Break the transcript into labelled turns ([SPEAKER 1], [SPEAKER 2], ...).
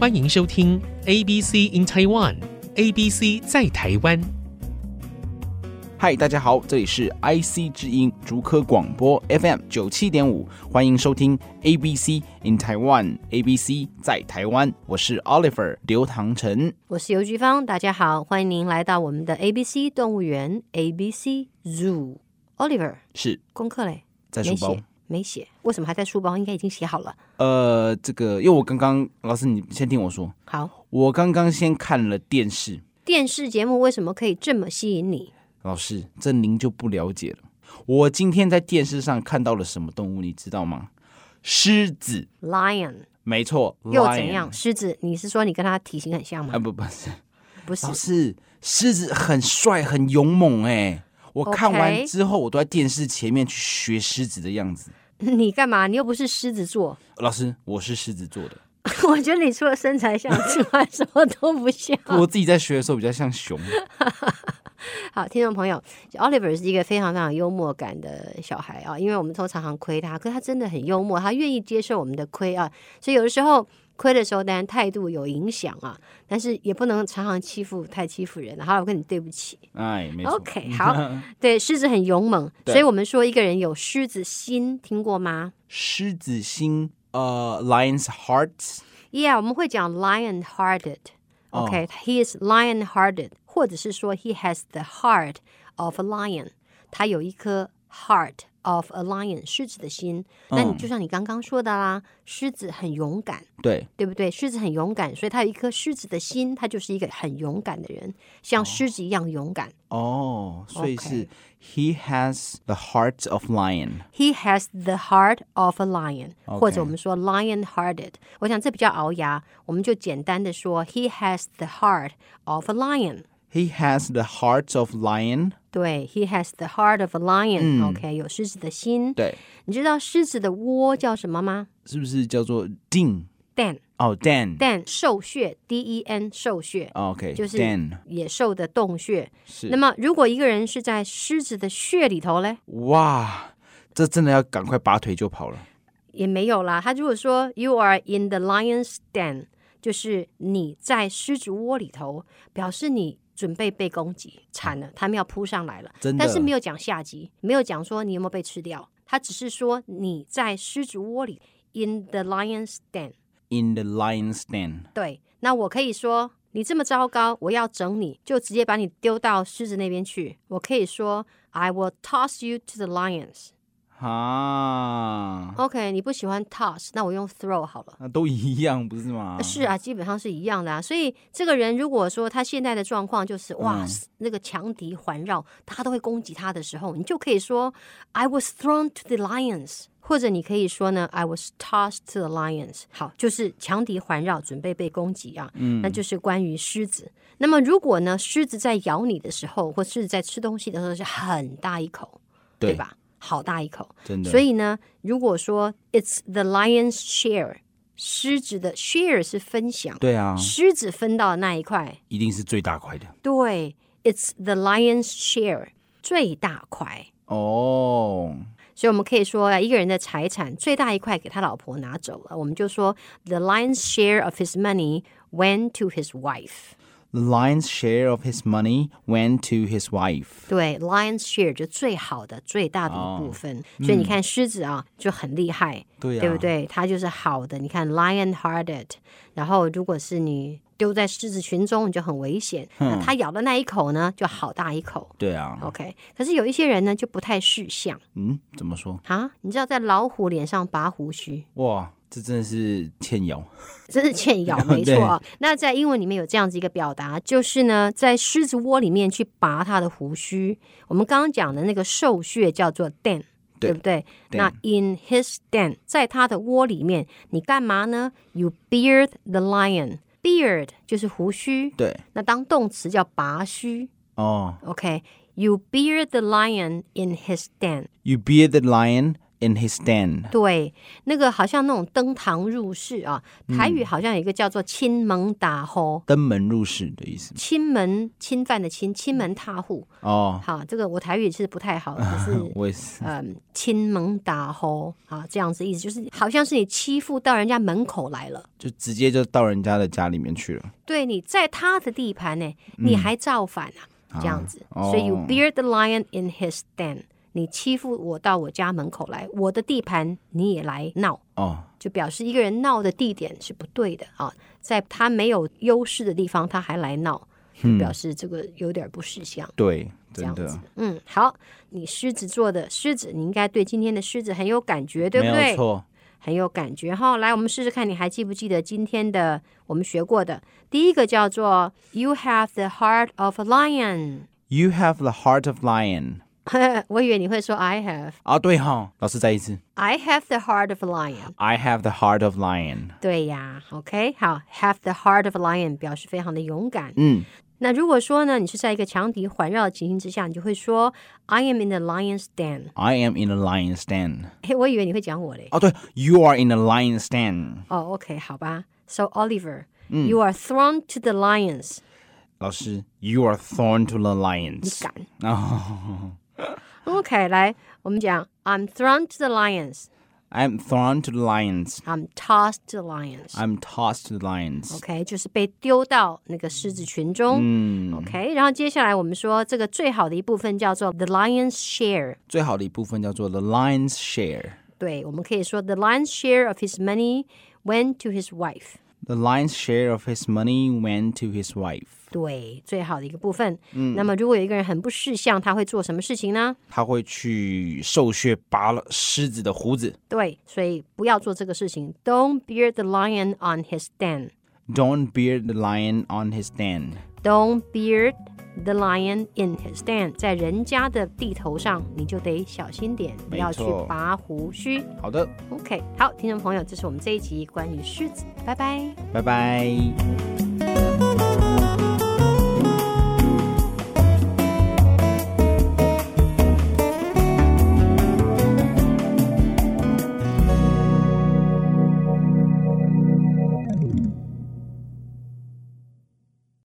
[SPEAKER 1] 欢迎收听 ABC in Taiwan，ABC 在台湾。
[SPEAKER 2] 嗨，大家好，这里是 IC 之音竹科广播 FM 九七点五，欢迎收听 ABC in Taiwan，ABC 在台湾，我是 Oliver 刘唐晨。
[SPEAKER 3] 我是尤菊芳，大家好，欢迎您来到我们的 ABC 动物园 ABC Zoo。Oliver，
[SPEAKER 2] 是
[SPEAKER 3] 功课嘞？
[SPEAKER 2] 在书
[SPEAKER 3] 没
[SPEAKER 2] 包
[SPEAKER 3] 写，，没写，为什么还在书包？应该已经写好了。
[SPEAKER 2] 呃，这个因为我刚刚老师，你先听我说，
[SPEAKER 3] 好，
[SPEAKER 2] 我刚刚先看了电视，
[SPEAKER 3] 电视节目为什么可以这么吸引你？
[SPEAKER 2] 老师，这您就不了解了。我今天在电视上看到了什么动物，你知道吗？狮子，
[SPEAKER 3] Lion
[SPEAKER 2] 没错，
[SPEAKER 3] 又怎
[SPEAKER 2] lion
[SPEAKER 3] 样？？狮子，你是说你跟它体型很像吗
[SPEAKER 2] 啊，？不，不是，
[SPEAKER 3] 不是
[SPEAKER 2] 老，师，狮子很帅，很勇猛哎、我看
[SPEAKER 3] OK
[SPEAKER 2] 完之后，我都在电视前面去学狮子的样子。
[SPEAKER 3] 你干嘛？你又不是狮子座。
[SPEAKER 2] 老师，我是狮子座的，
[SPEAKER 3] 我觉得你除了身材像之外，什么都不像。
[SPEAKER 2] 我自己在学的时候比较像 熊。
[SPEAKER 3] 好，听众朋友，Oliver 是一个非常非常幽默感的小孩啊，因为我们都常常亏他，可是他真的很幽默，他愿意接受我们的亏啊，所以有的时候亏的时候，当然态度有影响啊，但是也不能常常欺负太欺负人了。好，我跟你对不起。
[SPEAKER 2] 哎，没错
[SPEAKER 3] OK，好， 对，狮子很勇猛，所以
[SPEAKER 2] 对
[SPEAKER 3] 我们说一个人有狮子心，听过吗
[SPEAKER 2] 狮子心，呃，lion's heart，
[SPEAKER 3] ？Yeah，我们会讲 lion-hearted。
[SPEAKER 2] 哦
[SPEAKER 3] OK，he、is lion-hearted，或者是说 he has the heart of a lion，他有一颗 heart of a lion，狮子的心。
[SPEAKER 2] 嗯
[SPEAKER 3] 那你就像你刚刚说的啦，狮子很勇敢，
[SPEAKER 2] 对，
[SPEAKER 3] 对不对？狮子很勇敢，所以他有一颗狮子的心，他就是一个很勇敢的人，像狮子一样勇敢。
[SPEAKER 2] 哦，所以是
[SPEAKER 3] OK
[SPEAKER 2] he has the heart of lion。
[SPEAKER 3] He has the heart of a lion，、
[SPEAKER 2] OK
[SPEAKER 3] 或者我们说 lion-hearted。我想这比较熬牙，我们就简单的说 He has the heart of a lion。
[SPEAKER 2] He has the heart of lion。
[SPEAKER 3] 对，He has the heart of a lion、OK，有狮子的心。
[SPEAKER 2] 对，
[SPEAKER 3] 你知道狮子的窝叫什么吗
[SPEAKER 2] 是不是叫做 den？
[SPEAKER 3] ？den
[SPEAKER 2] 哦，den。
[SPEAKER 3] den 兽穴，D E N 兽穴，
[SPEAKER 2] OK，
[SPEAKER 3] 就是
[SPEAKER 2] den
[SPEAKER 3] 野兽的洞穴。
[SPEAKER 2] 是。
[SPEAKER 3] 那么，如果一个人是在狮子的穴里头嘞，
[SPEAKER 2] 哇，这真的要赶快拔腿就跑了。
[SPEAKER 3] 也没有啦。他如果说 You are in the lion's den，就是你在狮子窝里头，表示你。准备被攻击，惨了，他们要扑上来了。
[SPEAKER 2] 真的
[SPEAKER 3] 但是没有讲下集，没有讲说你有没有被吃掉，他只是说你在狮子窝里，in the lion's den。
[SPEAKER 2] In the lion's den，
[SPEAKER 3] 对，那我可以说你这么糟糕，我要整你，就直接把你丢到狮子那边去。我可以说 I will toss you to the lions。
[SPEAKER 2] 啊，
[SPEAKER 3] OK，你不喜欢 toss，那我用 throw 好了。
[SPEAKER 2] 那都一样不是吗？
[SPEAKER 3] 是啊，基本上是一样的啊。所以这个人如果说他现在的状况就是哇，那个强敌环绕，大家都会攻击他的时候，你就可以说 I was thrown to the lions，或者你可以说呢 I was tossed to the lions。好，就是强敌环绕，准备被攻击啊。嗯，那就是关于狮子。那么如果呢，狮子在咬你的时候，或狮子在吃东西的时候，是很大一口，
[SPEAKER 2] 对
[SPEAKER 3] 对吧？好大一口，
[SPEAKER 2] 真的。
[SPEAKER 3] 所
[SPEAKER 2] 以
[SPEAKER 3] 以呢，如果说 it's the lion's share，狮子的 share 是分享，
[SPEAKER 2] 对啊，
[SPEAKER 3] 狮子分到的那一块，
[SPEAKER 2] 一定是最大块的
[SPEAKER 3] 对，it's the lion's share 最大块。
[SPEAKER 2] 哦。
[SPEAKER 3] 所以我们可以说，啊，一个人的财产最大一块给他老婆拿走了，我们就说 the lion's share of his money went to his wife。
[SPEAKER 2] The lion's share of his money went to his wife。
[SPEAKER 3] 对，lion's share 就最好的、最大的一部
[SPEAKER 2] 哦
[SPEAKER 3] 分。
[SPEAKER 2] 嗯
[SPEAKER 3] 所以你看狮子啊，就很厉害，
[SPEAKER 2] 对啊
[SPEAKER 3] 对不对？它就是好的。你看 lion-hearted，然后如果是你丢在狮子群中，你就很危险。
[SPEAKER 2] 嗯
[SPEAKER 3] 那它咬的那一口呢，就好大一口。
[SPEAKER 2] 对啊，
[SPEAKER 3] OK，可是有一些人呢就不太识相
[SPEAKER 2] 嗯，怎么说？
[SPEAKER 3] 啊，你知道在老虎脸上拔胡须，
[SPEAKER 2] 哇，这真的是欠咬。
[SPEAKER 3] 真是欠 咬，没错啊。那在英文里面有这样子一个表达，就是呢，在狮子窝里面去拔它的胡须。我们刚刚讲的那个兽穴叫做 den，
[SPEAKER 2] 对
[SPEAKER 3] 不对
[SPEAKER 2] den
[SPEAKER 3] 那 in his den，在他的窝里面，你干嘛呢？You beard the lion。beard 就是胡须，
[SPEAKER 2] 对，
[SPEAKER 3] 那当动词叫拔须。
[SPEAKER 2] 哦
[SPEAKER 3] OK，you、beard the lion in his den。
[SPEAKER 2] ，You beard the lion in his den.
[SPEAKER 3] 对，那个好像那种登堂入室啊，
[SPEAKER 2] 嗯
[SPEAKER 3] 台语好像有一个叫做“亲门打吼”，
[SPEAKER 2] 登门入室的意思
[SPEAKER 3] 亲门侵犯的亲，亲门踏户。
[SPEAKER 2] 哦，
[SPEAKER 3] 好，这个我台语是不太好，可是
[SPEAKER 2] 我也是。
[SPEAKER 3] 嗯，亲门打吼啊，这样子意思就是好像是你欺负到人家门口来了，
[SPEAKER 2] 就直接就到人家的家里面去了。
[SPEAKER 3] 对你在他的地盘呢，你还造反啊，这样子。
[SPEAKER 2] 哦
[SPEAKER 3] 所以 you bear the lion in his den，你欺负我到我家门口来，我的地盘你也来闹。
[SPEAKER 2] 哦，
[SPEAKER 3] 就表示一个人闹的地点是不对的啊，在他没有优势的地方，他还来闹，就表示这个有点不识相。
[SPEAKER 2] 对，
[SPEAKER 3] 这
[SPEAKER 2] 真
[SPEAKER 3] 样
[SPEAKER 2] 的
[SPEAKER 3] 子，嗯，好，你狮子座的狮子，你应该对今天的狮子很有感觉，对不
[SPEAKER 2] 没有
[SPEAKER 3] 对？
[SPEAKER 2] 错。
[SPEAKER 3] 很有感觉哈。来，我们试试看，你还记不记得今天的我们学过的第一个叫做 “You have the heart of a lion”。
[SPEAKER 2] You have the heart of lion.
[SPEAKER 3] 我以为你会说 “I have”。
[SPEAKER 2] 啊，对哈、老师再一次。
[SPEAKER 3] I have the heart of a lion。
[SPEAKER 2] I have the heart of lion.
[SPEAKER 3] 对呀，OK，好，have the heart of a lion 表示非常的勇敢。
[SPEAKER 2] 嗯，
[SPEAKER 3] 那如果说呢，你是在一个强敌环绕的情形之下，你就会说 I am in the lion's den。
[SPEAKER 2] I am in a lion's den.
[SPEAKER 3] 嘿，我以为你会讲我嘞。
[SPEAKER 2] 哦，对，You are in a lion's den.
[SPEAKER 3] 哦、o k 好吧。So Oliver,、
[SPEAKER 2] 嗯
[SPEAKER 3] you are thrown to the lions。
[SPEAKER 2] 老师，You are thorn to the
[SPEAKER 3] 你
[SPEAKER 2] lions.
[SPEAKER 3] 敢
[SPEAKER 2] 哦、
[SPEAKER 3] ？OK，来，我们讲 I'm thrown to the lions。
[SPEAKER 2] I'm thorn to the lions.
[SPEAKER 3] I'm tossed to the lions。
[SPEAKER 2] I'm tossed to the lions.
[SPEAKER 3] OK，就是被丢到那个狮子群中。
[SPEAKER 2] 嗯，
[SPEAKER 3] OK，然后接下来我们说这个最好的一部分叫做 the lion's share。
[SPEAKER 2] 最好的一部分叫做 the lion's share.
[SPEAKER 3] 对，我们可以说 the lion's share of his money went to his wife。
[SPEAKER 2] The lion's share of his money went to his wife.
[SPEAKER 3] 对，最好的一个部分。嗯，那么如果有一个人很不识相，他会做什么事情呢？
[SPEAKER 2] 他会去兽穴拔了狮子的胡子。
[SPEAKER 3] 对，所以不要做这个事情。Don't beard the lion on his den.
[SPEAKER 2] Don't beard the lion on his den.
[SPEAKER 3] Don't beard the lion in his den. 在人家的地头上，你就得小心点，不
[SPEAKER 2] 没
[SPEAKER 3] 要去
[SPEAKER 2] 错
[SPEAKER 3] 拔胡须。
[SPEAKER 2] 好的，
[SPEAKER 3] OK，好，听众朋友，这是我们这一集关于狮子，拜拜。
[SPEAKER 2] 拜拜。